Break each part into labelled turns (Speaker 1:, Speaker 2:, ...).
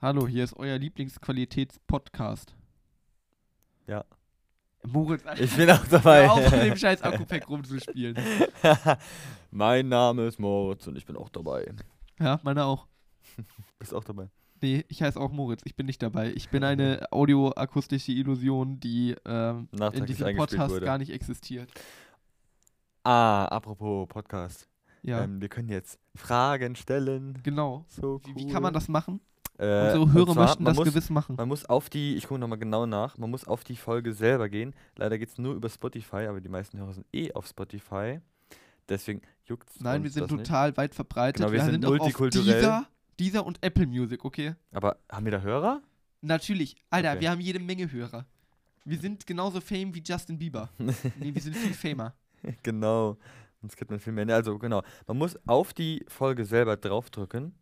Speaker 1: Hallo, hier ist euer Lieblingsqualitäts-Podcast.
Speaker 2: Ja.
Speaker 1: Moritz,
Speaker 2: Ich bin auch dabei.
Speaker 1: hör auf, mit dem scheiß Akku-Pack rumzuspielen.
Speaker 2: mein Name ist Moritz und ich bin auch dabei.
Speaker 1: Ja, meine auch.
Speaker 2: Bist auch dabei.
Speaker 1: Nee, ich heiße auch Moritz. Ich bin nicht dabei. Ich bin eine audioakustische Illusion, die ähm, in
Speaker 2: Nachträglich
Speaker 1: diesem
Speaker 2: eingespielt
Speaker 1: Podcast
Speaker 2: wurde.
Speaker 1: gar nicht existiert.
Speaker 2: Ah, apropos Podcast.
Speaker 1: Ja,
Speaker 2: Ähm, wir können jetzt Fragen stellen.
Speaker 1: genau.
Speaker 2: So cool.
Speaker 1: Wie, wie kann man das machen?
Speaker 2: Äh,
Speaker 1: Unsere
Speaker 2: und
Speaker 1: Hörer
Speaker 2: zwar,
Speaker 1: möchten
Speaker 2: man
Speaker 1: das
Speaker 2: muss,
Speaker 1: gewiss machen.
Speaker 2: Man muss auf die, ich gucke nochmal genau nach, man muss auf die Folge selber gehen. Leider geht es nur über Spotify, aber die meisten Hörer sind eh auf Spotify. Deswegen juckt es
Speaker 1: Nein, wir sind
Speaker 2: das nicht.
Speaker 1: total weit verbreitet.
Speaker 2: Genau, wir sind
Speaker 1: auch auf
Speaker 2: multikulturell.
Speaker 1: Deezer, Deezer und Apple Music, okay?
Speaker 2: Aber haben wir da Hörer?
Speaker 1: Natürlich. Alter,
Speaker 2: Okay. Hm.
Speaker 1: wir haben jede Menge Hörer. Wir sind genauso fame wie Justin Bieber. nee, wir sind viel famer.
Speaker 2: Genau. Sonst kriegt man viel mehr. Ne, Also genau. Man muss auf die Folge selber draufdrücken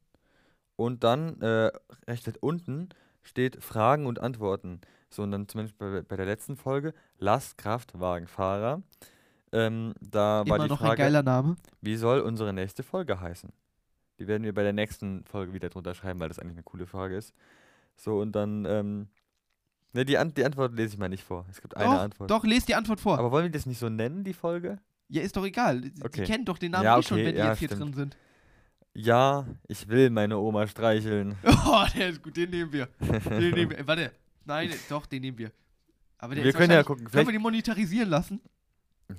Speaker 2: und dann äh, rechts weit unten steht Fragen und Antworten. So, und dann zum Beispiel bei, bei der letzten Folge Lastkraftwagenfahrer. Ähm, da war
Speaker 1: Immer
Speaker 2: die
Speaker 1: noch ein
Speaker 2: Frage,
Speaker 1: geiler Name.
Speaker 2: wie soll unsere nächste Folge heißen? Die werden wir bei der nächsten Folge wieder drunter schreiben, weil das eigentlich eine coole Frage ist. So, und dann, ähm, ne, die, Ant die Antwort lese ich mal nicht vor. Es gibt eine
Speaker 1: doch,
Speaker 2: Antwort.
Speaker 1: doch, lest die Antwort vor.
Speaker 2: Aber wollen wir das nicht so nennen, die Folge?
Speaker 1: ja, ist doch egal. Sie
Speaker 2: Okay.
Speaker 1: kennen doch den Namen
Speaker 2: Ja,
Speaker 1: eh schon,
Speaker 2: okay,
Speaker 1: wenn die
Speaker 2: ja,
Speaker 1: jetzt hier
Speaker 2: stimmt.
Speaker 1: drin sind.
Speaker 2: Ja, ich will meine Oma streicheln.
Speaker 1: Oh, der ist gut, den nehmen wir. Den nehmen wir. Äh, Warte. Nein, doch, den nehmen wir. Aber der
Speaker 2: wir
Speaker 1: ist
Speaker 2: können ja
Speaker 1: wahrscheinlich-
Speaker 2: gucken.
Speaker 1: Können wir
Speaker 2: Vielleicht,
Speaker 1: den monetarisieren lassen?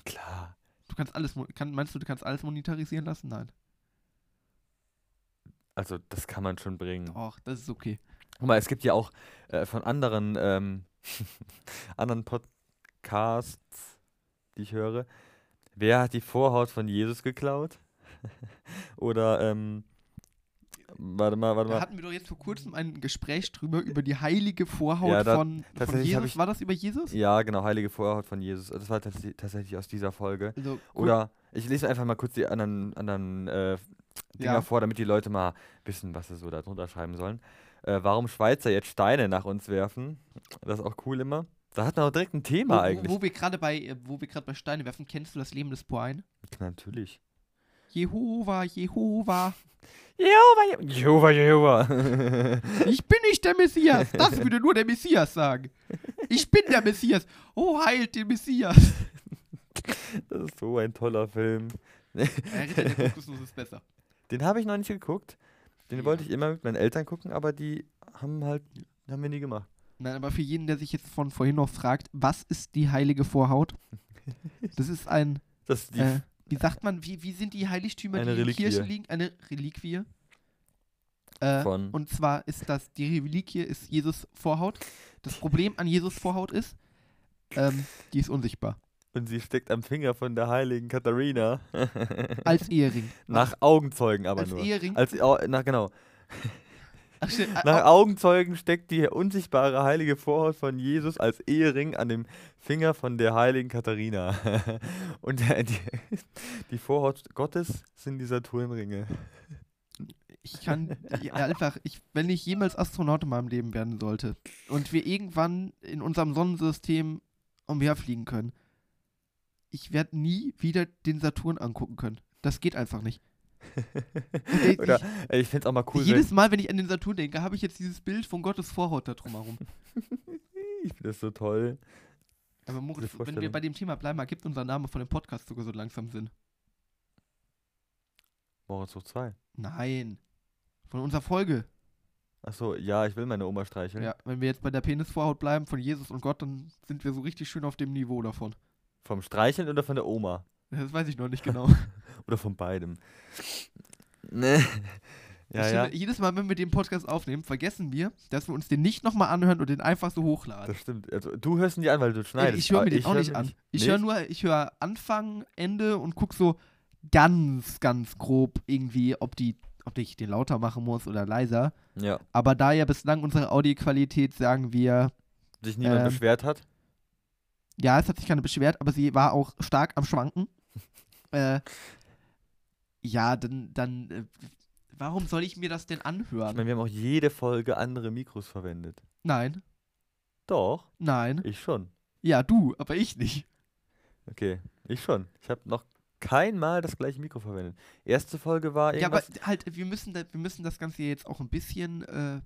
Speaker 2: klar.
Speaker 1: Du kannst alles, mo- kann, meinst du, du kannst alles monetarisieren lassen? Nein.
Speaker 2: Also, das kann man schon bringen.
Speaker 1: Doch, das ist okay.
Speaker 2: Guck mal, es gibt ja auch äh, von anderen, ähm, anderen Podcasts, die ich höre. Wer hat die Vorhaut von Jesus geklaut? Oder, ähm, warte mal, warte
Speaker 1: Da
Speaker 2: mal.
Speaker 1: hatten wir doch jetzt vor kurzem ein Gespräch drüber, über die heilige Vorhaut
Speaker 2: Ja, da-
Speaker 1: von, von
Speaker 2: tatsächlich hab
Speaker 1: Jesus.
Speaker 2: ich-
Speaker 1: War das über Jesus?
Speaker 2: Ja, genau, heilige Vorhaut von Jesus. Das war tats tatsächlich aus dieser Folge.
Speaker 1: Also, cool.
Speaker 2: Oder ich lese einfach mal kurz die anderen, anderen äh, Dinger
Speaker 1: Ja.
Speaker 2: vor, damit die Leute mal wissen, was sie so da drunter schreiben sollen. Äh, warum Schweizer jetzt Steine nach uns werfen? Das ist auch cool immer. Da hat man auch direkt ein Thema
Speaker 1: wo,
Speaker 2: eigentlich.
Speaker 1: Wo, wo wir gerade bei, äh, wo wir gerade bei Steine werfen, kennst du das Leben des Poein?
Speaker 2: Natürlich.
Speaker 1: Jehova, Jehova, Ah,
Speaker 2: Jehova, Jehova, Jehova.
Speaker 1: ich bin nicht der Messias. Das würde nur der Messias sagen. Ich bin der Messias. Oh, heilt den Messias.
Speaker 2: das ist so ein toller Film.
Speaker 1: Äh, Ritter der Kokosnuss ist besser.
Speaker 2: Den habe ich noch nicht geguckt. Den
Speaker 1: Ja.
Speaker 2: wollte ich immer mit meinen Eltern gucken, aber die haben halt, haben wir nie gemacht.
Speaker 1: Nein, aber für jeden, der sich jetzt von vorhin noch fragt, was ist die heilige Vorhaut? Das ist ein,
Speaker 2: Das ist die
Speaker 1: äh, wie sagt man, wie, wie sind die Heiligtümer,
Speaker 2: Eine
Speaker 1: die in
Speaker 2: Reliquie.
Speaker 1: Kirchen liegen? Eine Reliquie. Äh,
Speaker 2: von.
Speaker 1: und zwar ist das, die Reliquie ist Jesus Vorhaut. Das Problem an Jesus Vorhaut ist, ähm, die ist unsichtbar.
Speaker 2: und sie steckt am Finger von der heiligen Katharina.
Speaker 1: Als Ehering.
Speaker 2: Nach Augenzeugen aber
Speaker 1: als
Speaker 2: nur.
Speaker 1: Ehering.
Speaker 2: Als, au- na genau.
Speaker 1: Ach, shit, äh,
Speaker 2: Nach
Speaker 1: au-
Speaker 2: Augenzeugen steckt die unsichtbare heilige Vorhaut von Jesus als Ehering an dem Finger von der heiligen Katharina. Und der, die, die Vorhaut Gottes sind die Saturnringe.
Speaker 1: ich kann die- einfach, ich, wenn ich jemals Astronaut in meinem Leben werden sollte und wir irgendwann in unserem Sonnensystem umherfliegen können, ich werde nie wieder den Saturn angucken können. Das geht einfach nicht. Ich-
Speaker 2: Oder ey, ich find's auch mal cool, wenn,
Speaker 1: Jedes Mal, wenn ich an den Saturn denke, habe ich jetzt dieses Bild von Gottes Vorhaut da drumherum.
Speaker 2: ich find das so toll.
Speaker 1: Aber Moritz, wenn
Speaker 2: Diese
Speaker 1: wir
Speaker 2: Vorstellung.
Speaker 1: bei dem Thema bleiben, ergibt unser Name von dem Podcast sogar so langsam Sinn.
Speaker 2: Moritz hoch 2.
Speaker 1: Nein. Von unserer Folge.
Speaker 2: Achso, ja, ich will meine Oma streicheln.
Speaker 1: Ja, wenn wir jetzt bei der Penisvorhaut bleiben von Jesus und Gott, dann sind wir so richtig schön auf dem Niveau davon.
Speaker 2: Vom Streicheln oder von der Oma?
Speaker 1: Das weiß ich noch nicht genau.
Speaker 2: Oder von beidem? Ne. Ja,
Speaker 1: Ich
Speaker 2: ja,
Speaker 1: finde, Jedes Mal, wenn wir den Podcast aufnehmen, vergessen wir, dass wir uns den nicht nochmal anhören und den einfach so hochladen.
Speaker 2: das stimmt. Also, du hörst ihn dir an, weil du
Speaker 1: Ey,
Speaker 2: schneidest.
Speaker 1: ich höre
Speaker 2: aber
Speaker 1: mir den auch
Speaker 2: hör
Speaker 1: nicht
Speaker 2: mir
Speaker 1: an. Ich höre
Speaker 2: Nicht?
Speaker 1: nur, ich höre Anfang, Ende und guck so ganz, ganz grob irgendwie, ob die, ob ich den lauter machen muss oder leiser.
Speaker 2: Ja,
Speaker 1: Aber da ja bislang unsere Audioqualität, sagen wir,
Speaker 2: sich niemand
Speaker 1: Ähm,
Speaker 2: beschwert hat.
Speaker 1: Ja, es hat sich keiner beschwert, aber sie war auch stark am Schwanken. äh, ja, dann, dann äh, warum soll ich mir das denn
Speaker 2: Ich
Speaker 1: anhören?
Speaker 2: meine, wir haben auch jede Folge andere Mikros verwendet.
Speaker 1: Nein,
Speaker 2: Doch,
Speaker 1: nein.
Speaker 2: ich schon.
Speaker 1: Ja, du, aber ich nicht.
Speaker 2: Okay, ich schon. Ich habe noch kein Mal das gleiche Mikro verwendet. Erste Folge war
Speaker 1: Ja, aber
Speaker 2: irgendwas.
Speaker 1: halt, wir müssen, da, wir müssen das Ganze jetzt auch ein bisschen äh,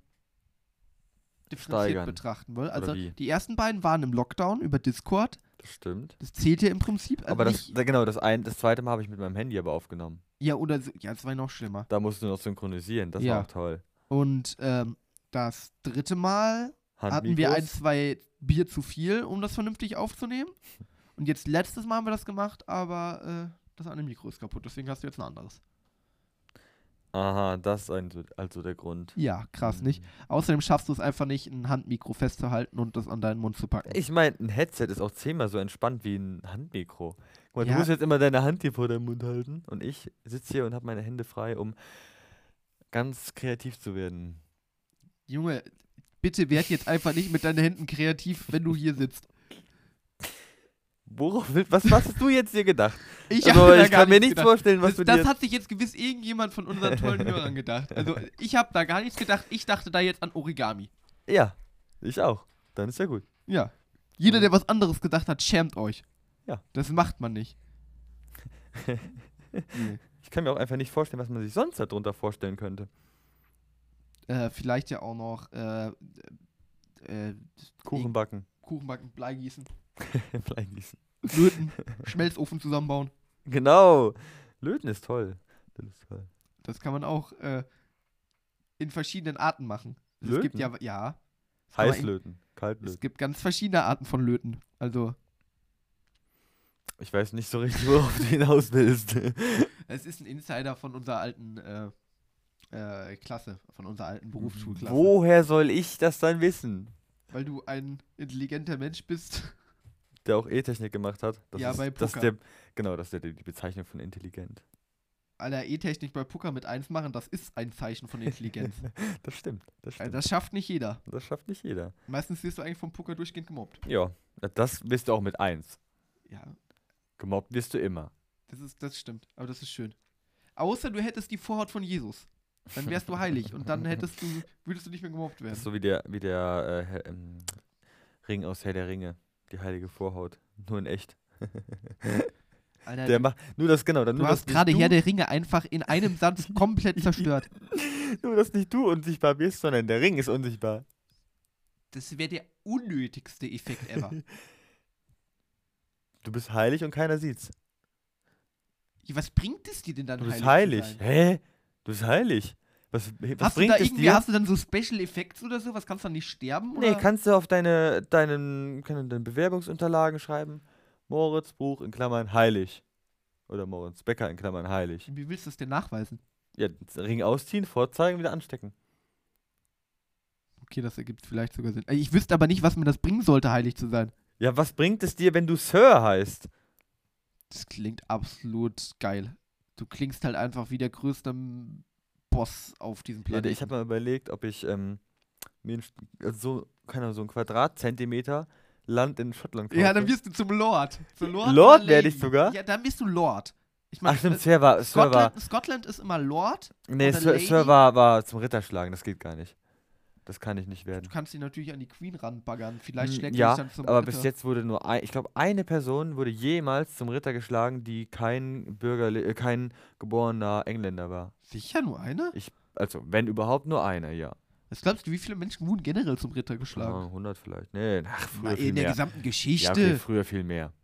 Speaker 1: differenziert
Speaker 2: Steigern.
Speaker 1: betrachten wollen. Also
Speaker 2: wie?
Speaker 1: die ersten beiden waren im Lockdown über Discord.
Speaker 2: Das stimmt.
Speaker 1: Das zählt ja im Prinzip. also
Speaker 2: Aber das,
Speaker 1: nicht-
Speaker 2: da- genau, das, ein, das zweite Mal habe ich mit meinem Handy aber aufgenommen.
Speaker 1: ja, oder so- ja, das war noch schlimmer.
Speaker 2: Da musst du noch synchronisieren, das
Speaker 1: Ja.
Speaker 2: war auch toll.
Speaker 1: Und ähm, das dritte Mal hatten wir
Speaker 2: Handmikros.
Speaker 1: ein, zwei Bier zu viel, um das vernünftig aufzunehmen. Und jetzt letztes Mal haben wir das gemacht, aber äh, das eine Mikro ist kaputt, deswegen hast du jetzt ein anderes.
Speaker 2: Aha, das ist ein, also der Grund. Hm.
Speaker 1: Ja, krass, nicht? Mhm. Außerdem schaffst du es einfach nicht, ein Handmikro festzuhalten und das an deinen Mund zu packen.
Speaker 2: Ich meine, ein Headset ist auch zehnmal so entspannt wie ein Handmikro. Guck mal,
Speaker 1: Ja.
Speaker 2: du musst jetzt immer deine Hand hier vor deinem Mund halten und ich sitze hier und habe meine Hände frei, um ganz kreativ zu werden.
Speaker 1: Junge, bitte werd jetzt einfach nicht mit deinen Händen kreativ, wenn du hier sitzt.
Speaker 2: Worauf will, was, was hast du jetzt hier gedacht?
Speaker 1: Ich
Speaker 2: also,
Speaker 1: habe da
Speaker 2: ich
Speaker 1: gar
Speaker 2: kann mir
Speaker 1: nichts
Speaker 2: nichts
Speaker 1: gedacht.
Speaker 2: vorstellen, was
Speaker 1: das,
Speaker 2: du dir
Speaker 1: das hat sich jetzt gewiss irgendjemand von unseren tollen Hörern gedacht. Also ich habe da gar nichts gedacht. Ich dachte da jetzt an Origami.
Speaker 2: Ja, ich auch. Dann ist ja gut.
Speaker 1: Ja. Jeder, der was anderes gedacht hat, schämt euch.
Speaker 2: Mhm. Ja.
Speaker 1: Das macht man nicht. nee.
Speaker 2: Ich kann mir auch einfach nicht vorstellen, was man sich sonst darunter vorstellen könnte.
Speaker 1: äh, vielleicht ja auch noch äh, äh,
Speaker 2: Kuchen backen,
Speaker 1: Kuchen backen, Blei gießen,
Speaker 2: Bleigießen.
Speaker 1: Löten, Schmelzofen zusammenbauen.
Speaker 2: Genau. Löten ist toll. Das ist toll.
Speaker 1: Das kann man auch äh, in verschiedenen Arten machen. Es gibt
Speaker 2: Löten?
Speaker 1: ja, ja. Das kann man in-
Speaker 2: Heißlöten,
Speaker 1: Es
Speaker 2: kaltlöten.
Speaker 1: gibt ganz verschiedene Arten von Löten. Also,
Speaker 2: Ich weiß nicht so richtig, worauf du hinaus willst.
Speaker 1: es ist ein Insider von unserer alten äh, äh, Klasse, von unserer alten Berufsschulklasse.
Speaker 2: Woher soll ich das dann wissen?
Speaker 1: Weil du ein intelligenter Mensch bist.
Speaker 2: Der auch E-Technik gemacht hat. Das
Speaker 1: Ja,
Speaker 2: ist,
Speaker 1: bei
Speaker 2: das ist
Speaker 1: Poker.
Speaker 2: der, Genau, das ist der, die Bezeichnung von intelligent.
Speaker 1: Aller E-Technik eh bei Poker mit 1 machen, das ist ein Zeichen von Intelligenz.
Speaker 2: Das stimmt. Das,
Speaker 1: Also
Speaker 2: stimmt.
Speaker 1: das schafft nicht jeder.
Speaker 2: das schafft nicht jeder.
Speaker 1: Meistens wirst du eigentlich vom Poker durchgehend gemobbt.
Speaker 2: Ja, das bist du auch mit 1.
Speaker 1: Ja,
Speaker 2: Gemobbt wirst du immer.
Speaker 1: das, ist, das stimmt. Aber das ist schön. Außer du hättest die Vorhaut von Jesus. Dann wärst du heilig und dann hättest du, würdest du nicht mehr gemobbt
Speaker 2: Das ist
Speaker 1: werden.
Speaker 2: so wie der, wie der äh, Herr- ähm, Ring aus Herr der Ringe. Die heilige Vorhaut. Nur in echt.
Speaker 1: Alter,
Speaker 2: Der macht. Nur das, genau. Dann
Speaker 1: du
Speaker 2: nur
Speaker 1: hast
Speaker 2: das nicht
Speaker 1: gerade
Speaker 2: du,
Speaker 1: Herr der Ringe einfach in einem Satz komplett zerstört.
Speaker 2: Nur, dass nicht du unsichtbar bist, sondern der Ring ist unsichtbar.
Speaker 1: Das wäre der unnötigste Effekt ever.
Speaker 2: Du bist heilig und keiner sieht's.
Speaker 1: Ja, Was bringt es dir denn dann
Speaker 2: Du bist
Speaker 1: heilig? zu
Speaker 2: heilig.
Speaker 1: sein?
Speaker 2: Hä? Du bist heilig. Was, was
Speaker 1: Hast du
Speaker 2: bringt
Speaker 1: da
Speaker 2: es
Speaker 1: irgendwie,
Speaker 2: dir?
Speaker 1: hast du dann so Special Effects oder so? Was kannst du dann nicht sterben?
Speaker 2: Nee,
Speaker 1: oder?
Speaker 2: kannst du auf deine, deinen, kann- deine Bewerbungsunterlagen schreiben. Moritz Buch in Klammern heilig. Oder Moritz Becker in Klammern heilig.
Speaker 1: Wie willst du das denn nachweisen?
Speaker 2: Ja, Ring ausziehen, vorzeigen, wieder anstecken.
Speaker 1: Okay, das ergibt vielleicht sogar Sinn. Äh, Ich wüsste aber nicht, was mir das bringen sollte, heilig zu sein.
Speaker 2: Ja, was bringt es dir, wenn du Sir heißt?
Speaker 1: Das klingt absolut geil. Du klingst halt einfach wie der größte M- Boss auf diesem
Speaker 2: Ja,
Speaker 1: Planeten.
Speaker 2: ich habe mal überlegt, ob ich ähm, mir ein, St- also so, keine Ahnung, so ein Quadratzentimeter Land in Schottland kaufe.
Speaker 1: ja, dann wirst du zum Lord. Zu Lord
Speaker 2: ne? Äh, Lord
Speaker 1: oder
Speaker 2: werd ich
Speaker 1: Lady.
Speaker 2: sogar?
Speaker 1: Ja, dann bist du Lord. Ich
Speaker 2: Ach
Speaker 1: meine,
Speaker 2: stimmt,
Speaker 1: Scotland,
Speaker 2: Sir war, Sir war,
Speaker 1: Scotland ist immer Lord.
Speaker 2: nee,
Speaker 1: oder
Speaker 2: Sir,
Speaker 1: Lady?
Speaker 2: Sir war, war zum Ritterschlagen, das geht gar nicht. Das kann ich nicht
Speaker 1: Du
Speaker 2: werden.
Speaker 1: kannst dich natürlich an die Queen ranbaggern. Vielleicht
Speaker 2: Hm,
Speaker 1: schlägt
Speaker 2: ja,
Speaker 1: dich dann zum
Speaker 2: Aber
Speaker 1: Ritter.
Speaker 2: bis jetzt wurde nur ein, ich glaube, eine Person wurde jemals zum Ritter geschlagen, die kein Bürger, äh, kein geborener Engländer war.
Speaker 1: Sicher nur eine?
Speaker 2: Also, wenn überhaupt nur eine, ja.
Speaker 1: Was glaubst du, wie viele Menschen wurden generell zum Ritter
Speaker 2: Keine
Speaker 1: geschlagen?
Speaker 2: Ahnung, 100 Genau, vielleicht. Nee, ach,
Speaker 1: Mal
Speaker 2: früher viel
Speaker 1: in der
Speaker 2: mehr.
Speaker 1: gesamten
Speaker 2: Ja,
Speaker 1: Geschichte.
Speaker 2: okay, früher viel mehr.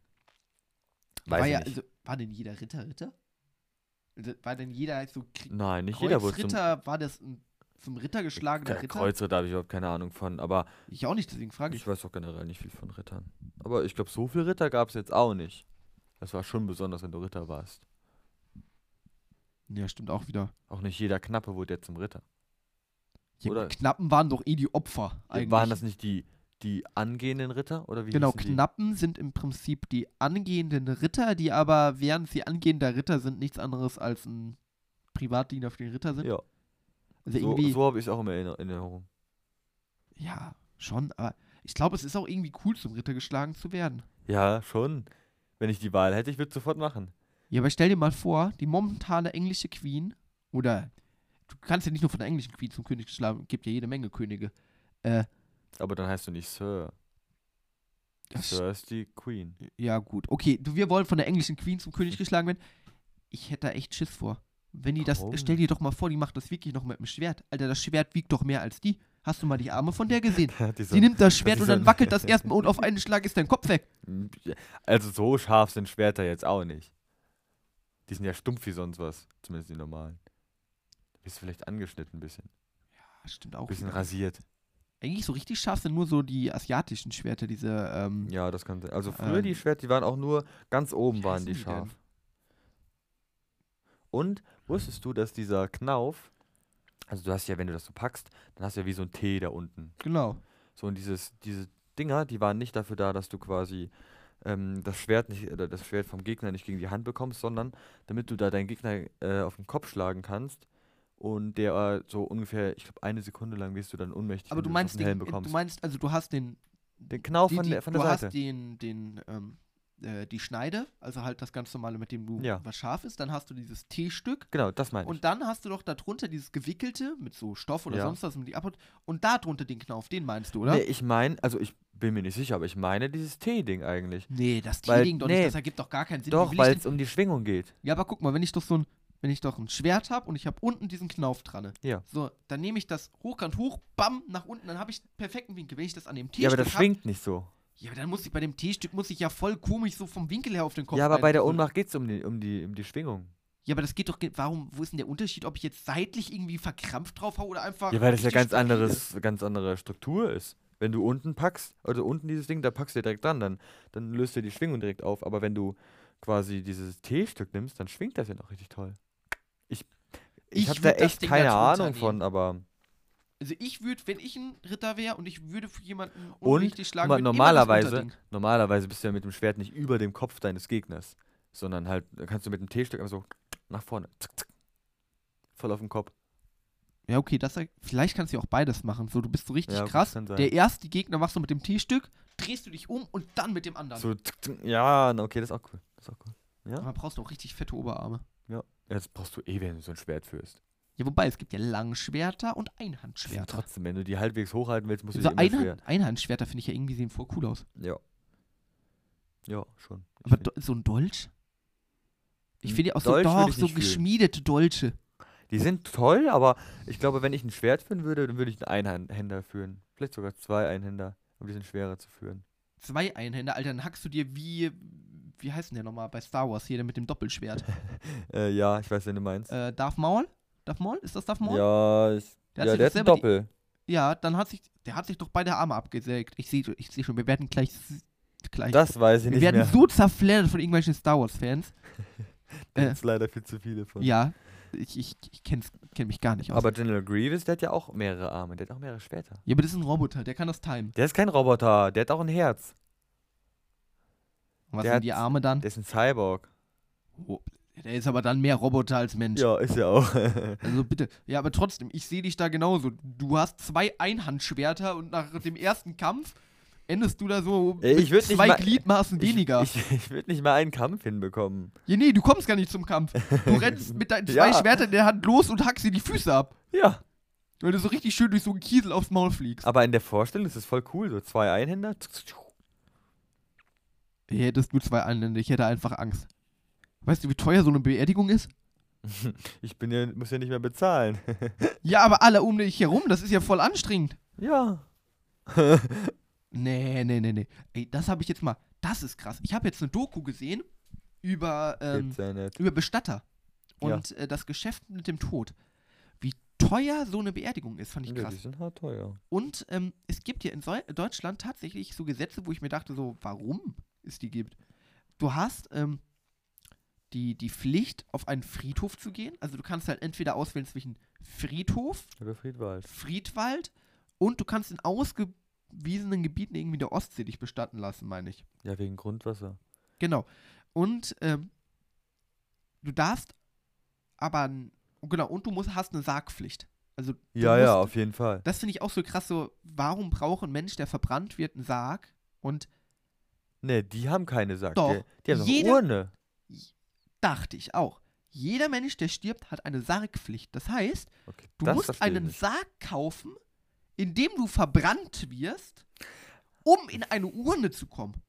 Speaker 2: Weiß
Speaker 1: war,
Speaker 2: ich
Speaker 1: ja,
Speaker 2: nicht.
Speaker 1: also, war denn jeder Ritter Ritter? Also, War denn jeder so Krieg
Speaker 2: Nein, nicht jeder wurde zum
Speaker 1: Kreuzritter? War das ein zum Ritter
Speaker 2: Ke-
Speaker 1: geschlagener Ritter?
Speaker 2: Kreuzritter habe ich überhaupt keine Ahnung von, aber
Speaker 1: Ich auch nicht, deswegen frage ich.
Speaker 2: ich weiß auch generell nicht viel von Rittern. Aber ich glaube, so viele Ritter gab es jetzt auch nicht. Das war schon besonders, wenn du Ritter warst.
Speaker 1: Ja, stimmt auch wieder.
Speaker 2: Auch nicht jeder Knappe wurde jetzt zum Ritter.
Speaker 1: Die
Speaker 2: Oder-
Speaker 1: Knappen waren doch eh die Opfer eigentlich.
Speaker 2: Waren das nicht die, die angehenden Ritter? Oder wie
Speaker 1: genau,
Speaker 2: hießen die?
Speaker 1: Knappen sind im Prinzip die angehenden Ritter, die aber, während sie angehender Ritter sind, nichts anderes als ein Privatdiener für den Ritter sind.
Speaker 2: Ja,
Speaker 1: also
Speaker 2: so,
Speaker 1: irgendwie,
Speaker 2: so habe ich es auch immer in in Erinnerung.
Speaker 1: ja, schon, aber ich glaube, es ist auch irgendwie cool, zum Ritter geschlagen zu werden.
Speaker 2: Ja, schon. Wenn ich die Wahl hätte, ich würde es sofort machen.
Speaker 1: Ja, aber stell dir mal vor, die momentane englische Queen, oder du kannst ja nicht nur von der englischen Queen zum König geschlagen, gibt ja jede Menge Könige.
Speaker 2: Aber dann heißt du nicht Sir. Sir ist die Queen.
Speaker 1: ja, gut. Okay, du, wir wollen von der englischen Queen zum König geschlagen werden. Ich hätte da echt Schiss vor. Wenn die das,
Speaker 2: Warum?
Speaker 1: stell dir doch mal vor, die macht das wirklich noch mit dem Schwert. Alter, das Schwert wiegt doch mehr als die. Hast du mal die Arme von der gesehen?
Speaker 2: Hat die so-
Speaker 1: Sie nimmt das Schwert
Speaker 2: die
Speaker 1: und
Speaker 2: so-
Speaker 1: dann wackelt das erstmal und auf einen Schlag ist dein Kopf weg.
Speaker 2: Also so scharf sind Schwerter jetzt auch nicht. Die sind ja stumpf wie sonst was. Zumindest die normalen. Ist vielleicht angeschnitten ein bisschen.
Speaker 1: Ja, stimmt
Speaker 2: Ein
Speaker 1: auch.
Speaker 2: bisschen
Speaker 1: wieder.
Speaker 2: rasiert.
Speaker 1: Eigentlich so richtig scharf sind nur so die asiatischen Schwerter, diese, ähm,
Speaker 2: Ja, das kann sein. Also früher die
Speaker 1: Ähm,
Speaker 2: Schwerter, die waren auch nur ganz oben
Speaker 1: wie
Speaker 2: waren die
Speaker 1: heißen die denn?
Speaker 2: scharf. Und wusstest du, dass dieser Knauf, also du hast ja, wenn du das so packst, dann hast du ja wie so ein T da unten.
Speaker 1: genau.
Speaker 2: So und dieses, diese Dinger, die waren nicht dafür da, dass du quasi ähm, das Schwert nicht oder das Schwert vom Gegner nicht gegen die Hand bekommst, sondern damit du da deinen Gegner äh, auf den Kopf schlagen kannst und der äh, so ungefähr, ich glaube, eine Sekunde lang wirst du dann ohnmächtig,
Speaker 1: Aber
Speaker 2: wenn
Speaker 1: du
Speaker 2: das auf
Speaker 1: meinst,
Speaker 2: den
Speaker 1: den,
Speaker 2: Helm
Speaker 1: du
Speaker 2: bekommst.
Speaker 1: meinst, also du hast den,
Speaker 2: den Knauf
Speaker 1: die,
Speaker 2: von,
Speaker 1: die,
Speaker 2: der- von
Speaker 1: du
Speaker 2: der Seite.
Speaker 1: hast den, den, ähm, äh, die Schneide, also halt das ganz normale, mit dem du
Speaker 2: Ja.
Speaker 1: was scharf ist, dann hast du dieses T-Stück
Speaker 2: Genau, das meine ich.
Speaker 1: und dann hast du doch darunter dieses gewickelte mit so Stoff oder
Speaker 2: Ja.
Speaker 1: sonst was, um die abhaut und darunter den Knauf, den meinst du, oder?
Speaker 2: Nee, ich meine, also ich bin mir nicht sicher, aber ich meine dieses T-Ding eigentlich.
Speaker 1: Nee, das
Speaker 2: Weil-
Speaker 1: T-Ding doch
Speaker 2: nee.
Speaker 1: nicht, das ergibt doch gar keinen Sinn. Wie will
Speaker 2: Doch,
Speaker 1: ich
Speaker 2: weil
Speaker 1: denn-
Speaker 2: es um die Schwingung geht.
Speaker 1: Ja, aber guck mal, wenn ich doch so ein, wenn ich doch ein Schwert habe und ich habe unten diesen Knauf dran.
Speaker 2: Ja.
Speaker 1: So, dann nehme ich das hochkant hoch, bam, nach unten, dann habe ich perfekten Winkel. Wenn ich das an dem T-Stück
Speaker 2: Ja, aber das
Speaker 1: hab-
Speaker 2: schwingt nicht so.
Speaker 1: Ja, aber dann muss ich bei dem T-Stück muss ich ja voll komisch so vom Winkel her auf den Kopf. also
Speaker 2: ja, aber bei der
Speaker 1: reindrücken.
Speaker 2: Ohnmacht geht es um die, um, die, um die Schwingung.
Speaker 1: Ja, aber das geht doch. ge- Warum? Wo ist denn der Unterschied, ob ich jetzt seitlich irgendwie verkrampft drauf hau oder einfach?
Speaker 2: Ja, weil das ja
Speaker 1: richtig
Speaker 2: ganz
Speaker 1: stabil
Speaker 2: anderes, ganz andere Struktur ist. Wenn du unten packst, also unten dieses Ding, da packst du ja direkt dran, dann, dann löst du die Schwingung direkt auf. Aber wenn du quasi dieses T-Stück nimmst, dann schwingt das ja noch richtig toll. Ich, ich,
Speaker 1: Ich
Speaker 2: habe da
Speaker 1: würd das
Speaker 2: echt
Speaker 1: Ding
Speaker 2: keine
Speaker 1: als
Speaker 2: Ahnung
Speaker 1: runternehmen.
Speaker 2: von, aber
Speaker 1: Also ich würde, wenn ich ein Ritter wäre und ich würde für jemanden
Speaker 2: Und,
Speaker 1: unrichtig schlagen,
Speaker 2: guck mal,
Speaker 1: würd immer das
Speaker 2: normalerweise,
Speaker 1: Unterding.
Speaker 2: normalerweise bist du ja mit dem Schwert nicht über dem Kopf deines Gegners, sondern halt da kannst du mit dem T-Stück einfach so nach vorne. Zack, zack, voll auf den Kopf.
Speaker 1: Ja, okay, das, vielleicht kannst du ja auch beides machen. So, du bist so richtig
Speaker 2: Ja, gut,
Speaker 1: krass.
Speaker 2: kann sein.
Speaker 1: Der erste Gegner machst du mit dem T-Stück, drehst du dich um und dann mit dem anderen.
Speaker 2: So, zack, zack. ja, na, okay, das ist auch cool. Das ist auch cool.
Speaker 1: Aber brauchst du auch richtig fette Oberarme.
Speaker 2: Ja, das brauchst du eh, wenn du so ein Schwert führst.
Speaker 1: Ja, wobei, es gibt ja Langschwerter und
Speaker 2: Die sind
Speaker 1: Einhandschwerter.
Speaker 2: Trotzdem, wenn du die halbwegs hochhalten willst, musst du
Speaker 1: So
Speaker 2: die immer schwer.
Speaker 1: Einhand Einhandschwerter finde ich ja irgendwie sehen voll cool aus.
Speaker 2: Ja. Ja, schon. Ich
Speaker 1: Aber
Speaker 2: find-
Speaker 1: do, so ein Dolch? Ich
Speaker 2: Hm,
Speaker 1: finde ja auch
Speaker 2: Dolch
Speaker 1: so,
Speaker 2: würd
Speaker 1: doch,
Speaker 2: ich
Speaker 1: so
Speaker 2: nicht fühlen.
Speaker 1: geschmiedete Dolche.
Speaker 2: die sind toll, aber ich glaube, wenn ich ein Schwert führen würde, dann würde ich einen Einhänder führen. Vielleicht sogar zwei Einhänder, aber die sind schwerer zu führen.
Speaker 1: Zwei Einhänder, Alter, dann hackst du dir wie, wie heißt denn der nochmal bei Star Wars hier, der mit dem Doppelschwert?
Speaker 2: Äh, ja, ich weiß, wen du meinst.
Speaker 1: äh, Darth Maul? Darth Maul? Ist das Darth Maul?
Speaker 2: Ja, ich,
Speaker 1: Der hat
Speaker 2: ja
Speaker 1: sich
Speaker 2: der
Speaker 1: doch selber
Speaker 2: hat einen
Speaker 1: die-
Speaker 2: Doppel.
Speaker 1: Ja, dann hat sich, der hat sich doch beide Arme abgesägt. Ich sehe ich seh schon, wir werden gleich, s- gleich
Speaker 2: Das weiß ich
Speaker 1: wir
Speaker 2: nicht
Speaker 1: werden
Speaker 2: mehr.
Speaker 1: so zerfleddert von irgendwelchen Star Wars-Fans.
Speaker 2: Da
Speaker 1: äh.
Speaker 2: gibt's leider viel zu viele von.
Speaker 1: Ja, ich, ich, ich kenn's, kenn mich gar nicht aus.
Speaker 2: Aber General Grievous, der hat ja auch mehrere Arme, der hat auch mehrere Schwerter.
Speaker 1: ja, aber das ist ein Roboter, der kann das timen.
Speaker 2: Der ist kein Roboter, der hat auch ein Herz.
Speaker 1: Und was
Speaker 2: Der
Speaker 1: sind die
Speaker 2: hat-
Speaker 1: Arme dann?
Speaker 2: Der ist ein Cyborg.
Speaker 1: Oh, der ist aber dann mehr Roboter als Mensch.
Speaker 2: Ja, ist ja auch.
Speaker 1: Also bitte. Ja, aber trotzdem, ich sehe dich da genauso. Du hast zwei Einhandschwerter und nach dem ersten Kampf endest du da so
Speaker 2: Ey, Äh, ich würd nicht
Speaker 1: zwei
Speaker 2: mal-
Speaker 1: Gliedmaßen weniger.
Speaker 2: Ich, ich, ich würde nicht mal einen Kampf hinbekommen.
Speaker 1: ja, nee, du kommst gar nicht zum Kampf. Du rennst mit deinen zwei
Speaker 2: Ja.
Speaker 1: Schwertern in der Hand los und hackst dir die Füße ab.
Speaker 2: Ja.
Speaker 1: Weil du so richtig schön durch so einen Kiesel aufs Maul fliegst.
Speaker 2: Aber in der Vorstellung ist es voll cool, so zwei Einhänder.
Speaker 1: Hättest du zwei Einhände, ich hätte einfach Angst. Weißt du, wie teuer so eine Beerdigung ist?
Speaker 2: Ich bin ja, muss ja nicht mehr bezahlen.
Speaker 1: Ja, aber alle um dich herum, das ist ja voll anstrengend.
Speaker 2: Ja.
Speaker 1: Nee, nee, nee, nee. Ey, das habe ich jetzt mal. Das ist krass. Ich habe jetzt eine Doku gesehen über, ähm,
Speaker 2: Gibt's ja nicht.
Speaker 1: über Bestatter
Speaker 2: Ja.
Speaker 1: und äh, das Geschäft mit dem Tod. Wie teuer so eine Beerdigung ist, fand ich
Speaker 2: Ja,
Speaker 1: krass.
Speaker 2: die sind hart teuer.
Speaker 1: Und ähm, es gibt hier in Sol Deutschland tatsächlich so Gesetze, wo ich mir dachte, so, warum es die gibt. Du hast ähm, die, die Pflicht, auf einen Friedhof zu gehen. Also du kannst halt entweder auswählen zwischen Friedhof,
Speaker 2: Über Friedwald.
Speaker 1: Friedwald und du kannst in ausgewiesenen Gebieten irgendwie der Ostsee dich bestatten lassen, meine ich.
Speaker 2: Ja, wegen Grundwasser.
Speaker 1: Genau. Und ähm, du darfst aber, n- genau, und du musst, hast eine Sargpflicht. Also du
Speaker 2: Ja,
Speaker 1: musst
Speaker 2: ja, auf jeden Fall.
Speaker 1: das finde ich auch so krass, so, warum braucht ein Mensch, der verbrannt wird, einen Sarg? Und
Speaker 2: Nee, Ne, die haben keine Sack.
Speaker 1: Doch,
Speaker 2: Die, die haben so eine
Speaker 1: jeder-
Speaker 2: Urne.
Speaker 1: dachte ich auch. Jeder Mensch, der stirbt, hat eine Sargpflicht. Das heißt,
Speaker 2: Okay,
Speaker 1: du
Speaker 2: das
Speaker 1: musst
Speaker 2: verstehe ich
Speaker 1: einen
Speaker 2: nicht.
Speaker 1: Sarg kaufen, in dem du verbrannt wirst, um in eine Urne zu kommen.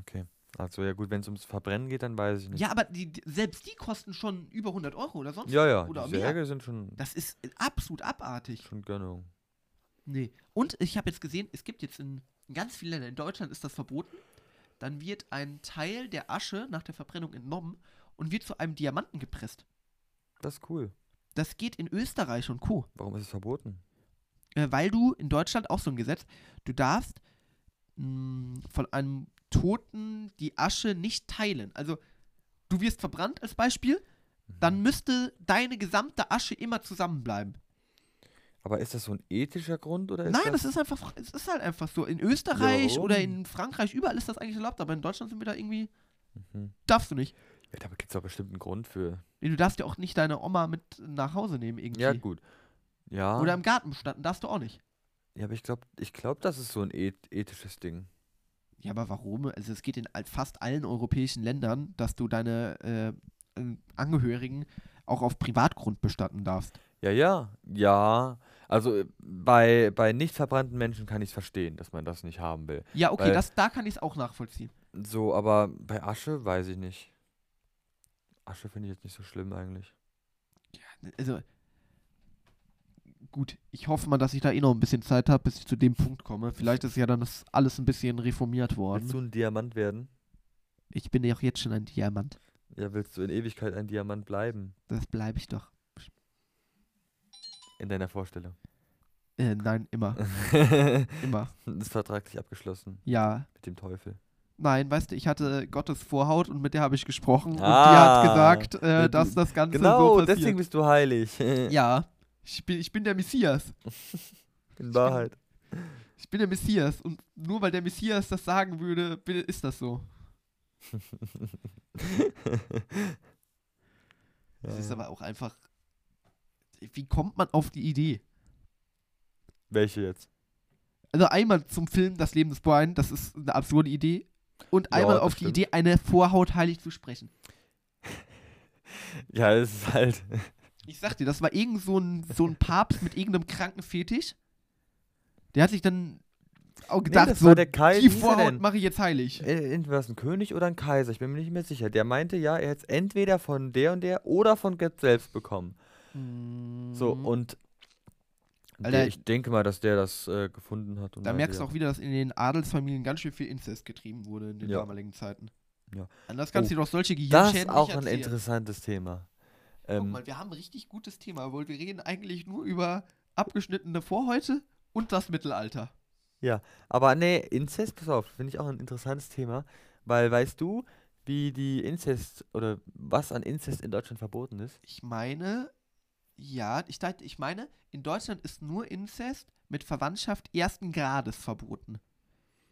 Speaker 2: Okay. Also ja gut, wenn es ums Verbrennen geht, dann weiß ich nicht.
Speaker 1: Ja, aber die, die- selbst die kosten schon über 100 Euro oder sonst.
Speaker 2: ja, ja
Speaker 1: oder
Speaker 2: die
Speaker 1: mehr.
Speaker 2: Särge sind schon,
Speaker 1: Das ist absolut äh, abartig.
Speaker 2: schon Gönnung.
Speaker 1: Nee. Und ich habe jetzt gesehen, es gibt jetzt in ganz vielen Ländern, in Deutschland ist das verboten, dann wird ein Teil der Asche nach der Verbrennung entnommen und wird zu einem Diamanten gepresst.
Speaker 2: Das ist cool.
Speaker 1: Das geht in Österreich und Co.
Speaker 2: Warum ist es verboten?
Speaker 1: Äh, weil du in Deutschland auch so ein Gesetz, du darfst mh, von einem Toten die Asche nicht teilen. Also du wirst verbrannt als Beispiel,
Speaker 2: Mhm.
Speaker 1: dann müsste deine gesamte Asche immer zusammenbleiben.
Speaker 2: Aber ist das so ein ethischer Grund oder ist
Speaker 1: Nein,
Speaker 2: das,
Speaker 1: das ist einfach, es ist halt einfach so. In Österreich oder
Speaker 2: Warum?
Speaker 1: in Frankreich, überall ist das eigentlich erlaubt, aber in Deutschland sind wir da irgendwie,
Speaker 2: Mhm.
Speaker 1: darfst du nicht.
Speaker 2: Ja, da gibt es doch bestimmt einen Grund für.
Speaker 1: Nee, Du darfst ja auch nicht deine Oma mit nach Hause nehmen irgendwie.
Speaker 2: Ja, gut. Ja,
Speaker 1: Oder im Garten bestanden darfst du auch nicht.
Speaker 2: ja aber ich glaube, ich glaub, das ist so ein eth ethisches Ding.
Speaker 1: Ja, aber warum? Also es geht in all- fast allen europäischen Ländern, dass du deine äh, äh, Angehörigen auch auf Privatgrund bestatten darfst.
Speaker 2: Ja, ja, ja. Also äh, bei, bei nicht verbrannten Menschen kann ich es verstehen, dass man das nicht haben will.
Speaker 1: Ja, okay,
Speaker 2: Weil-
Speaker 1: das, da kann ich es auch nachvollziehen.
Speaker 2: So, aber bei Asche weiß ich nicht. Asche finde ich jetzt nicht so schlimm eigentlich.
Speaker 1: Also gut, ich hoffe mal, dass ich da eh noch ein bisschen Zeit habe, bis ich zu dem Punkt komme. Vielleicht ist ja dann das alles ein bisschen reformiert
Speaker 2: Willst du
Speaker 1: worden.
Speaker 2: ein Diamant werden?
Speaker 1: Ich bin ja auch jetzt schon ein Diamant.
Speaker 2: Ja, willst du in Ewigkeit ein Diamant bleiben?
Speaker 1: Das bleibe ich doch.
Speaker 2: In deiner Vorstellung.
Speaker 1: Äh, nein, immer,
Speaker 2: das
Speaker 1: immer.
Speaker 2: ist vertraglich abgeschlossen
Speaker 1: Ja.
Speaker 2: mit dem Teufel.
Speaker 1: Nein, weißt du, ich hatte Gottes Vorhaut und mit der habe ich gesprochen
Speaker 2: Ah.
Speaker 1: und die hat gesagt, äh,
Speaker 2: Du-
Speaker 1: dass das Ganze
Speaker 2: Genau,
Speaker 1: so passiert.
Speaker 2: deswegen bist du heilig.
Speaker 1: Ja, ich bin, ich bin der Messias.
Speaker 2: In Wahrheit.
Speaker 1: Ich bin der Messias. Und nur weil der Messias das sagen würde, bin- ist das so. Das ist
Speaker 2: Ja.
Speaker 1: aber auch einfach. Wie kommt man auf die Idee?
Speaker 2: Welche jetzt?
Speaker 1: Also einmal zum Film Das Leben des Brian, das ist eine absurde Idee. Und
Speaker 2: Ja,
Speaker 1: einmal
Speaker 2: das
Speaker 1: auf die
Speaker 2: stimmt.
Speaker 1: Idee, eine Vorhaut heilig zu sprechen.
Speaker 2: Ja, es ist halt.
Speaker 1: Ich sag dir, das war irgend so ein, so ein Papst mit irgendeinem kranken Fetisch. Der hat sich dann auch gedacht,
Speaker 2: das
Speaker 1: so,
Speaker 2: war der Kai- wie
Speaker 1: die
Speaker 2: hieß er
Speaker 1: Vorhaut
Speaker 2: denn?
Speaker 1: mache ich jetzt heilig.
Speaker 2: Äh, Entweder es ein König oder ein Kaiser, ich bin mir nicht mehr sicher. Der meinte ja, er hätte es entweder von der und der oder von Gott selbst bekommen. So,
Speaker 1: Mhm.
Speaker 2: und
Speaker 1: Alter.
Speaker 2: der, ich denke mal, dass der das äh, gefunden hat. Und
Speaker 1: Da
Speaker 2: meinte,
Speaker 1: merkst du
Speaker 2: ja.
Speaker 1: auch wieder, dass in den Adelsfamilien ganz schön viel Inzest getrieben wurde in den
Speaker 2: Ja.
Speaker 1: damaligen Zeiten.
Speaker 2: Ja.
Speaker 1: Anders kannst du
Speaker 2: Oh,
Speaker 1: dir doch solche
Speaker 2: Das
Speaker 1: Gehirnschäden
Speaker 2: ist auch
Speaker 1: nicht
Speaker 2: ein
Speaker 1: erzählen.
Speaker 2: interessantes Thema.
Speaker 1: Guck
Speaker 2: Ähm,
Speaker 1: mal, wir haben ein richtig gutes Thema, obwohl wir reden eigentlich nur über abgeschnittene Vorhäute und das Mittelalter.
Speaker 2: aber nee, Inzest, pass auf, finde ich auch ein interessantes Thema, weil weißt du, wie die Inzest oder was an Inzest in Deutschland verboten ist?
Speaker 1: Ich meine, ja, ich, deit- ich meine, in Deutschland ist nur Inzest mit Verwandtschaft ersten Grades verboten.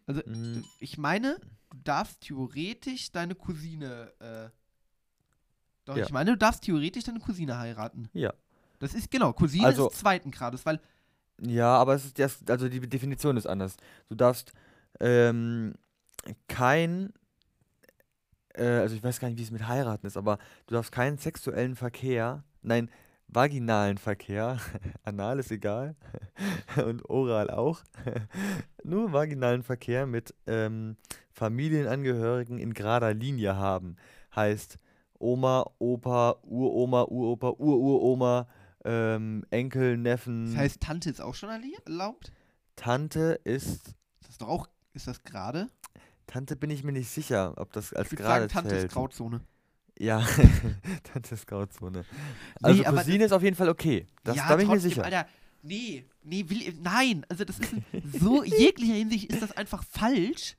Speaker 1: Also,
Speaker 2: Mhm.
Speaker 1: ich meine, du darfst theoretisch deine Cousine, äh, doch,
Speaker 2: Ja.
Speaker 1: ich meine, du darfst theoretisch deine Cousine heiraten.
Speaker 2: Ja.
Speaker 1: Das ist, genau, Cousine
Speaker 2: Also-
Speaker 1: ist zweiten Grades, weil,
Speaker 2: Ja, aber es ist das, also die Definition ist anders. Du darfst ähm, kein, äh, also ich weiß gar nicht, wie es mit heiraten ist, aber du darfst keinen sexuellen Verkehr, nein, vaginalen Verkehr, anal ist egal und oral auch, nur vaginalen Verkehr mit ähm, Familienangehörigen in gerader Linie haben. Heißt Oma, Opa, Uroma, Uropa, Ururoma, ähm, Enkel, Neffen.
Speaker 1: das heißt, Tante ist auch schon erlie- erlaubt.
Speaker 2: Tante ist.
Speaker 1: Ist das doch auch, ist das gerade?
Speaker 2: Tante bin ich mir nicht sicher, ob das als
Speaker 1: Ich würde
Speaker 2: gerade
Speaker 1: sagen, Tante ist
Speaker 2: zählt.
Speaker 1: Grauzone.
Speaker 2: Ja, Tante ist Grauzone. Also
Speaker 1: aber
Speaker 2: Cousine ist auf jeden Fall okay. Das,
Speaker 1: ja,
Speaker 2: da bin ich mir
Speaker 1: trotzdem,
Speaker 2: sicher.
Speaker 1: Alter, nee, nee, will, nein, also das ist ein, so, jeglicher Hinsicht ist das einfach falsch.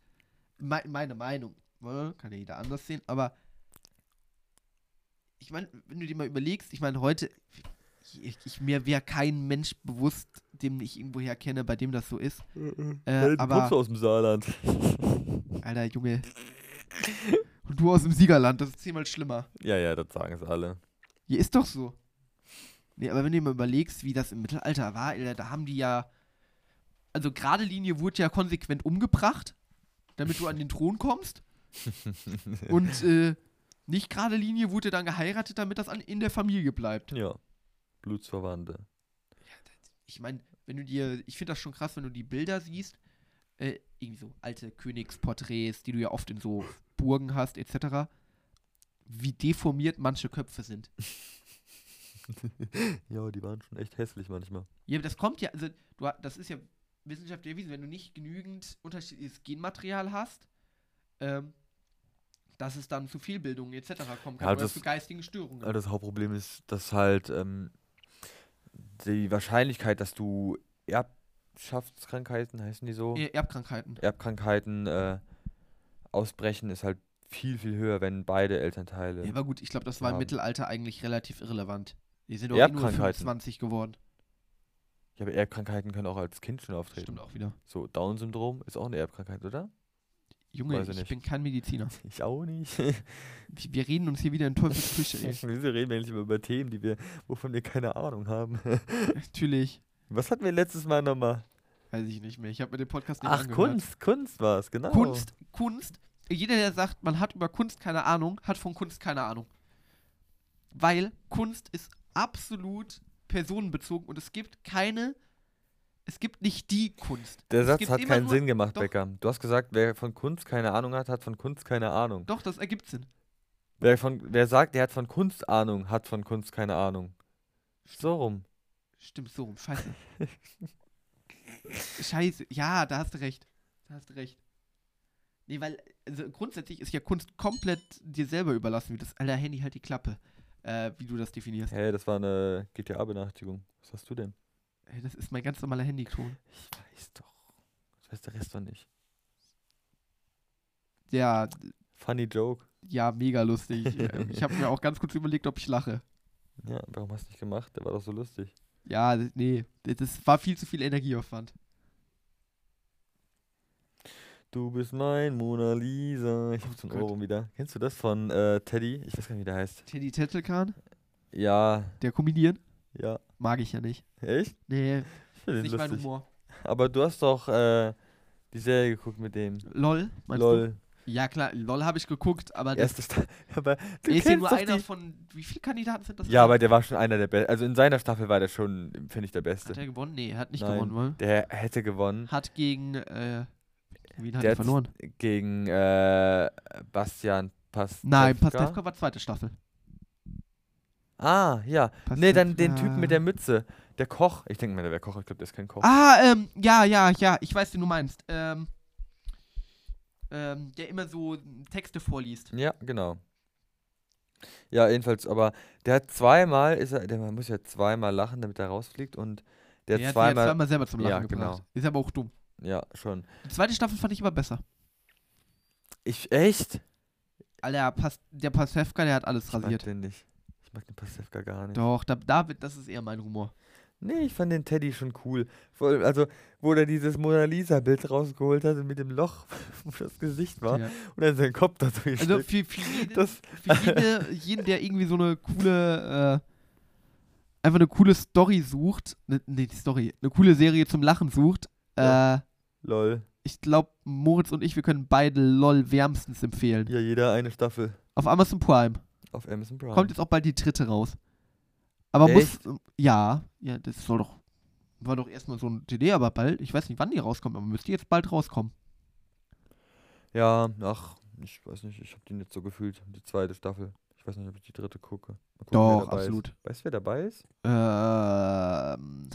Speaker 1: Me meine Meinung. ne, Kann ja jeder anders sehen, aber ich meine, wenn du dir mal überlegst, ich meine, heute, ich, ich, mir wäre kein Mensch bewusst, dem ich irgendwoher kenne, bei dem das so ist. Äh,
Speaker 2: Weil du
Speaker 1: aber-
Speaker 2: kommst aus dem Saarland.
Speaker 1: Alter, Junge. Und du aus dem Siegerland, das ist zehnmal schlimmer.
Speaker 2: Ja, ja, das sagen es alle.
Speaker 1: Hier ist doch so. Nee, aber wenn du dir mal überlegst, wie das im Mittelalter war, Alter, da haben die ja. Also gerade Linie wurde ja konsequent umgebracht, damit du an den Thron kommst. Und äh, nicht gerade Linie wurde dann geheiratet, damit das an, in der Familie bleibt.
Speaker 2: Ja. Blutsverwandte.
Speaker 1: Ich meine, wenn du dir, ich finde das schon krass, wenn du die Bilder siehst, äh, irgendwie so alte Königsporträts, die du ja oft in so Burgen hast, etc., wie deformiert manche Köpfe sind.
Speaker 2: ja, die waren schon echt hässlich manchmal.
Speaker 1: Ja, aber das kommt ja, also du du, ha- das ist ja wissenschaftlich erwiesen, wenn du nicht genügend unterschiedliches Genmaterial hast, ähm, dass es dann zu Fehlbildungen etc. kommen kann
Speaker 2: Ja,
Speaker 1: oder
Speaker 2: das-
Speaker 1: zu geistigen Störungen.
Speaker 2: Also das Hauptproblem ist, dass halt ähm, die Wahrscheinlichkeit, dass du Erbschaftskrankheiten, heißen die so,
Speaker 1: Er- Äh, Erbkrankheiten.
Speaker 2: Erbkrankheiten äh, ausbrechen, ist halt viel, viel höher, wenn beide Elternteile.
Speaker 1: Ja, aber gut, ich glaube, das war im
Speaker 2: haben.
Speaker 1: Mittelalter eigentlich relativ irrelevant. Die sind doch eh nur
Speaker 2: Erbkrankheiten.
Speaker 1: 25 geworden.
Speaker 2: Ich habe Erbkrankheiten können auch als Kind schon auftreten.
Speaker 1: Stimmt auch wieder.
Speaker 2: So, Down-Syndrom ist auch eine Erbkrankheit, oder?
Speaker 1: Junge,
Speaker 2: Weiß ich
Speaker 1: ich
Speaker 2: nicht.
Speaker 1: bin kein Mediziner.
Speaker 2: Ich auch nicht.
Speaker 1: Wir wir reden uns hier wieder in Teufels Küche. ey.
Speaker 2: Wieso reden wir nicht immer über Themen, die wir, wovon wir keine Ahnung haben?
Speaker 1: Natürlich.
Speaker 2: Was hatten wir letztes Mal nochmal?
Speaker 1: Weiß ich nicht mehr. Ich habe mir den Podcast nicht
Speaker 2: Ach,
Speaker 1: angehört.
Speaker 2: Kunst, Kunst war es, genau.
Speaker 1: Kunst, Kunst. Jeder, der sagt, man hat über Kunst keine Ahnung, hat von Kunst keine Ahnung. Weil Kunst ist absolut personenbezogen und es gibt keine, es gibt nicht die Kunst.
Speaker 2: Der
Speaker 1: es
Speaker 2: Satz
Speaker 1: gibt
Speaker 2: hat
Speaker 1: immer
Speaker 2: keinen
Speaker 1: nur-
Speaker 2: Sinn gemacht,
Speaker 1: doch.
Speaker 2: Becker. Du hast gesagt, wer von Kunst keine Ahnung hat, hat von Kunst keine Ahnung.
Speaker 1: Doch, das ergibt Sinn.
Speaker 2: Wer, von, wer sagt, der hat von Kunst Ahnung, hat von Kunst keine Ahnung. So rum.
Speaker 1: Stimmt, so rum. Scheiße. Scheiße. Ja, da hast du recht. Da hast du recht. Nee, weil also grundsätzlich ist ja Kunst komplett dir selber überlassen, wie das alter Handy halt die Klappe, äh, wie du das definierst.
Speaker 2: Hey, das war eine GTA-Benachrichtigung. Was hast du denn?
Speaker 1: Ey, Das ist mein ganz normaler Handyton.
Speaker 2: Ich weiß doch. Das weiß der Rest doch nicht.
Speaker 1: Ja,
Speaker 2: Funny Joke.
Speaker 1: Ja, mega lustig. Ähm, ich habe mir auch ganz kurz überlegt, ob ich lache.
Speaker 2: Ja, warum hast du nicht gemacht? Der war doch so lustig.
Speaker 1: Ja, d- nee, d- das war viel zu viel Energieaufwand.
Speaker 2: Du bist mein Mona Lisa. Ich hab's
Speaker 1: Oh
Speaker 2: zum
Speaker 1: Gott.
Speaker 2: Ohrwurm wieder. Kennst du das von äh, Teddy? Ich weiß gar nicht, wie der heißt.
Speaker 1: Teddy Tettelkan,
Speaker 2: Ja,
Speaker 1: der Comedian,
Speaker 2: ja.
Speaker 1: mag ich ja nicht.
Speaker 2: Echt?
Speaker 1: Nee,
Speaker 2: Ich find
Speaker 1: ist
Speaker 2: den
Speaker 1: nicht mein
Speaker 2: lustig.
Speaker 1: Humor.
Speaker 2: Aber du hast doch äh, die Serie geguckt mit dem.
Speaker 1: LOL, meinst
Speaker 2: LOL.
Speaker 1: du? Ja, klar, LOL habe ich geguckt, aber das
Speaker 2: Erste Staffel. Aber du
Speaker 1: der ist ja
Speaker 2: kennst
Speaker 1: nur
Speaker 2: doch
Speaker 1: einer
Speaker 2: die-
Speaker 1: von. Wie viele Kandidaten sind das?
Speaker 2: Ja, aber der war schon einer der besten. Also in seiner Staffel war der schon, finde ich, der Beste.
Speaker 1: Hat er gewonnen? Nee, er hat nicht
Speaker 2: Nein.
Speaker 1: gewonnen, weil.
Speaker 2: Der hätte gewonnen
Speaker 1: Hat gegen. Äh, wen hat er
Speaker 2: Der hat-
Speaker 1: verloren?
Speaker 2: gegen äh, Bastian Pastewka.
Speaker 1: Nein, Pastewka war zweite Staffel.
Speaker 2: Ah, ja. Nee, dann den
Speaker 1: Pastewka-
Speaker 2: Typen mit der Mütze. Der Koch. Ich denke mal, der wäre Koch. Ich glaube, der ist kein Koch.
Speaker 1: Ah, ähm, ja, ja, ja, ich weiß, wen du meinst. Ähm, ähm, der immer so Texte vorliest.
Speaker 2: Ja, genau. Ja, jedenfalls, aber der hat zweimal, ist er, der man muss ja zweimal lachen, damit er rausfliegt und der,
Speaker 1: Der hat sie ja
Speaker 2: zweimal,
Speaker 1: zweimal selber zum Lachen
Speaker 2: Ja,
Speaker 1: gebracht.
Speaker 2: genau.
Speaker 1: Ist aber auch dumm.
Speaker 2: ja, schon.
Speaker 1: Die zweite Staffel fand ich immer besser.
Speaker 2: Ich, echt?
Speaker 1: Alter, Pas der Pasewka, der hat alles
Speaker 2: Ich mag
Speaker 1: rasiert.
Speaker 2: den nicht. Ich mag den Pastewka gar nicht.
Speaker 1: Doch, da, da, wird- das ist eher mein Humor.
Speaker 2: Nee, ich fand den Teddy schon cool. Vor allem, also, wo er dieses Mona Lisa-Bild rausgeholt hat und mit dem Loch, wo das Gesicht war,
Speaker 1: Ja.
Speaker 2: und dann seinen Kopf da so
Speaker 1: Also
Speaker 2: also,
Speaker 1: für, für, jeden,
Speaker 2: Das
Speaker 1: für jede, jeden, der irgendwie so eine coole, äh, einfach eine coole Story sucht, ne, nee, die Story, eine coole Serie zum Lachen sucht, äh,
Speaker 2: Lol.
Speaker 1: ich glaube, Moritz und ich, wir können beide LOL wärmstens empfehlen.
Speaker 2: Ja, jeder eine Staffel
Speaker 1: Auf Amazon Prime.
Speaker 2: auf Amazon Prime.
Speaker 1: Kommt jetzt auch bald die dritte raus. Aber
Speaker 2: Ah. Echt?
Speaker 1: muss. Ja, ja, das soll doch. War doch erstmal so eine CD, aber bald. Ich weiß nicht, wann die rauskommt, aber müsste jetzt bald rauskommen.
Speaker 2: Ja, ach, ich weiß nicht, ich habe den jetzt so gefühlt, die zweite Staffel. Ich weiß nicht, ob ich die dritte gucke. Mal gucken, wer
Speaker 1: Doch,
Speaker 2: dabei
Speaker 1: absolut.
Speaker 2: Ist. Weißt du, wer dabei ist?
Speaker 1: Ähm.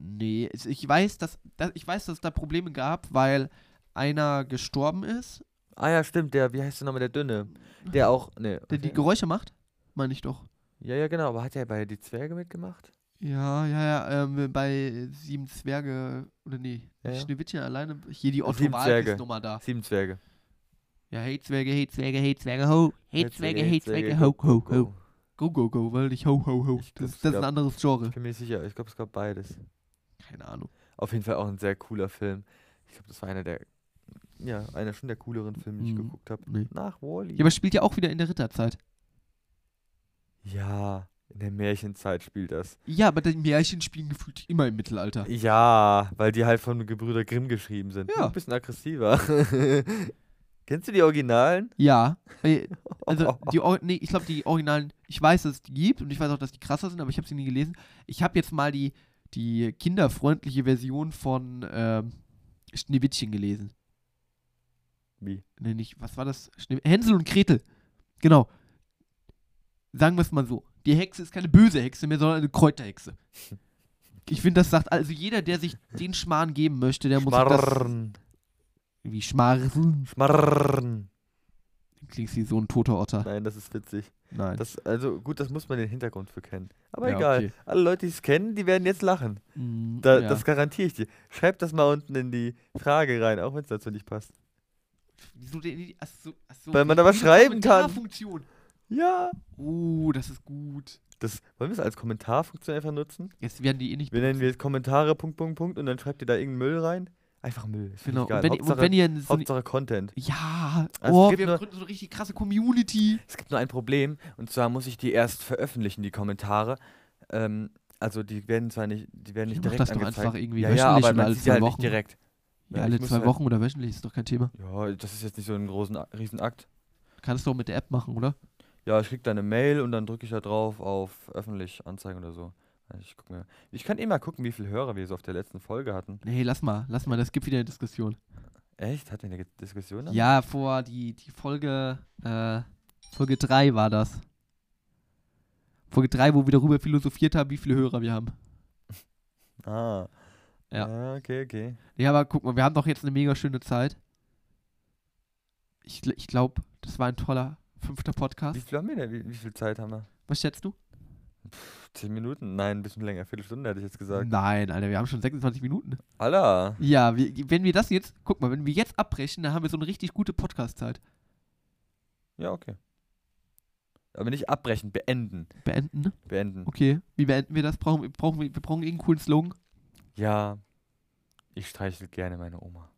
Speaker 1: Nee, es- ich weiß, dass, dass, ich weiß, dass es da Probleme gab, weil einer gestorben ist,
Speaker 2: Ah ja, stimmt, der, wie heißt der nochmal, der Dünne? Der auch, ne.
Speaker 1: der die Geräusche macht. Meine ich doch.
Speaker 2: Ja, ja, genau, aber hat er bei Die Zwerge mitgemacht?
Speaker 1: Ja, ja, ja, ähm, bei Sieben Zwerge, oder nee,
Speaker 2: Ja, ja.
Speaker 1: Schneewittchen alleine, hier die
Speaker 2: Sieben Zwerge.
Speaker 1: Otto-Walkes-Nummer da.
Speaker 2: Sieben Zwerge.
Speaker 1: Ja, hey Zwerge, hey Zwerge, hey Zwerge, ho. Hey Zwerge, hey Zwerge, ho,
Speaker 2: go,
Speaker 1: ho, ho. Go, go, go, weil ich ho, ho, ho.
Speaker 2: Ich glaub,
Speaker 1: Das, das ist
Speaker 2: ja.
Speaker 1: ein anderes
Speaker 2: Ich
Speaker 1: Genre.
Speaker 2: bin mir nicht sicher, ich glaube, es gab beides.
Speaker 1: Keine Ahnung.
Speaker 2: Auf jeden Fall auch ein sehr cooler Film. Ich glaube, das war einer der, ja, einer schon der cooleren Filme, die ich
Speaker 1: Mhm.
Speaker 2: geguckt habe.
Speaker 1: Nee.
Speaker 2: Nach Wally.
Speaker 1: Ja, aber spielt ja auch wieder in der Ritterzeit.
Speaker 2: Ja, in der Märchenzeit spielt das.
Speaker 1: Ja, aber die Märchen spielen gefühlt immer im Mittelalter.
Speaker 2: Ja, weil die halt von Gebrüder Grimm geschrieben sind.
Speaker 1: Ja.
Speaker 2: Ein bisschen aggressiver. Kennst du die Originalen?
Speaker 1: Ja. äh, Also, die Or nee, ich glaube, die Originalen, ich weiß, dass es die gibt und ich weiß auch, dass die krasser sind, aber ich habe sie nie gelesen. Ich habe jetzt mal die, die kinderfreundliche Version von ähm, Schneewittchen gelesen.
Speaker 2: Wie?
Speaker 1: Nee, nicht, was war das? Schnee Hänsel und Gretel. Genau. Sagen wir es mal so. Die Hexe ist keine böse Hexe mehr, sondern eine Kräuterhexe. Ich finde, das sagt, also jeder, der sich den Schmarrn geben möchte, der muss sich das.
Speaker 2: Schmarrn.
Speaker 1: Wie Schmarrn.
Speaker 2: Schmarrn.
Speaker 1: Klingt wie so ein toter Otter.
Speaker 2: Nein, das ist witzig.
Speaker 1: Nein.
Speaker 2: Das, also gut, das muss man den Hintergrund für kennen. Aber
Speaker 1: Ja,
Speaker 2: egal.
Speaker 1: okay.
Speaker 2: Alle Leute, die es kennen, die werden jetzt lachen.
Speaker 1: Mm,
Speaker 2: Da,
Speaker 1: ja.
Speaker 2: Das garantiere ich dir. Schreib das mal unten in die Frage rein, auch wenn es dazu nicht passt.
Speaker 1: Wieso denn? Ach so, ach so,
Speaker 2: Weil man
Speaker 1: wie-
Speaker 2: da was
Speaker 1: wie-
Speaker 2: schreiben
Speaker 1: mit
Speaker 2: kann.
Speaker 1: der Funktion.
Speaker 2: Ja.
Speaker 1: Oh, das ist gut.
Speaker 2: Das, wollen wir es als Kommentarfunktion einfach nutzen?
Speaker 1: Jetzt werden die eh nicht.
Speaker 2: Wir nennen wir jetzt Kommentare, Punkt, Punkt, Punkt und dann schreibt ihr da irgendeinen Müll rein. Einfach Müll. Das find
Speaker 1: Genau.
Speaker 2: Ich geil.
Speaker 1: Und wenn, ihr- und
Speaker 2: Hauptsache,
Speaker 1: wenn ihr so eine,
Speaker 2: Hauptsache Content.
Speaker 1: Ja,
Speaker 2: Also es
Speaker 1: oh,
Speaker 2: gibt
Speaker 1: wir
Speaker 2: nur-
Speaker 1: gründen so eine richtig krasse Community.
Speaker 2: Es gibt nur ein Problem und zwar muss ich die erst veröffentlichen, die Kommentare. Ähm, also die werden zwar nicht, die werden
Speaker 1: Ich
Speaker 2: nicht
Speaker 1: mach
Speaker 2: direkt
Speaker 1: das doch
Speaker 2: angezeigt.
Speaker 1: einfach irgendwie
Speaker 2: ja,
Speaker 1: wöchentlich
Speaker 2: ja, aber
Speaker 1: oder
Speaker 2: man
Speaker 1: alle
Speaker 2: sieht die halt
Speaker 1: zwei
Speaker 2: nicht
Speaker 1: Wochen.
Speaker 2: direkt.
Speaker 1: Ja,
Speaker 2: Ja,
Speaker 1: alle
Speaker 2: ich muss
Speaker 1: zwei
Speaker 2: halt-
Speaker 1: Wochen oder wöchentlich ist doch kein Thema.
Speaker 2: Ja, das ist jetzt nicht so ein großen, A- riesen Akt.
Speaker 1: Kannst du auch mit der App machen, oder?
Speaker 2: Ja, ich krieg da eine Mail und dann drücke ich da drauf auf öffentlich anzeigen oder so. Also Ich, guck mir. ich kann eh mal gucken, wie viele Hörer wir so auf der letzten Folge hatten.
Speaker 1: Nee, lass mal, lass mal, das gibt wieder eine Diskussion.
Speaker 2: Echt? Hatten wir eine Ge- Diskussion? damit?
Speaker 1: Ja, vor die, die Folge, äh, Folge 3 war das. Folge 3, wo wir darüber philosophiert haben, wie viele Hörer wir haben.
Speaker 2: Ah.
Speaker 1: Ja.
Speaker 2: Ah, okay, okay.
Speaker 1: Ja, aber guck mal, wir haben doch jetzt eine mega schöne Zeit. Ich, gl- ich glaube, das war ein toller fünfter
Speaker 2: Wie
Speaker 1: Podcast.
Speaker 2: viel haben wir denn? Wie, wie viel Zeit haben wir?
Speaker 1: Was schätzt du?
Speaker 2: Pff, Zehn Minuten? Nein, ein bisschen länger. Viertelstunde hätte ich jetzt gesagt.
Speaker 1: Nein, Alter, wir haben schon 26 Minuten.
Speaker 2: Alla.
Speaker 1: Ja, wir, wenn wir das jetzt, guck mal, wenn wir jetzt abbrechen, dann haben wir so eine richtig gute Podcast-Zeit.
Speaker 2: Ja, okay. Aber nicht abbrechen, beenden. Mhm.
Speaker 1: Beenden. ne?
Speaker 2: Beenden.
Speaker 1: Okay. Wie beenden wir das? Brauchen, wir- brauchen wir, wir brauchen irgendeinen coolen Slogan.
Speaker 2: Ja. Ich streichel gerne meine Oma.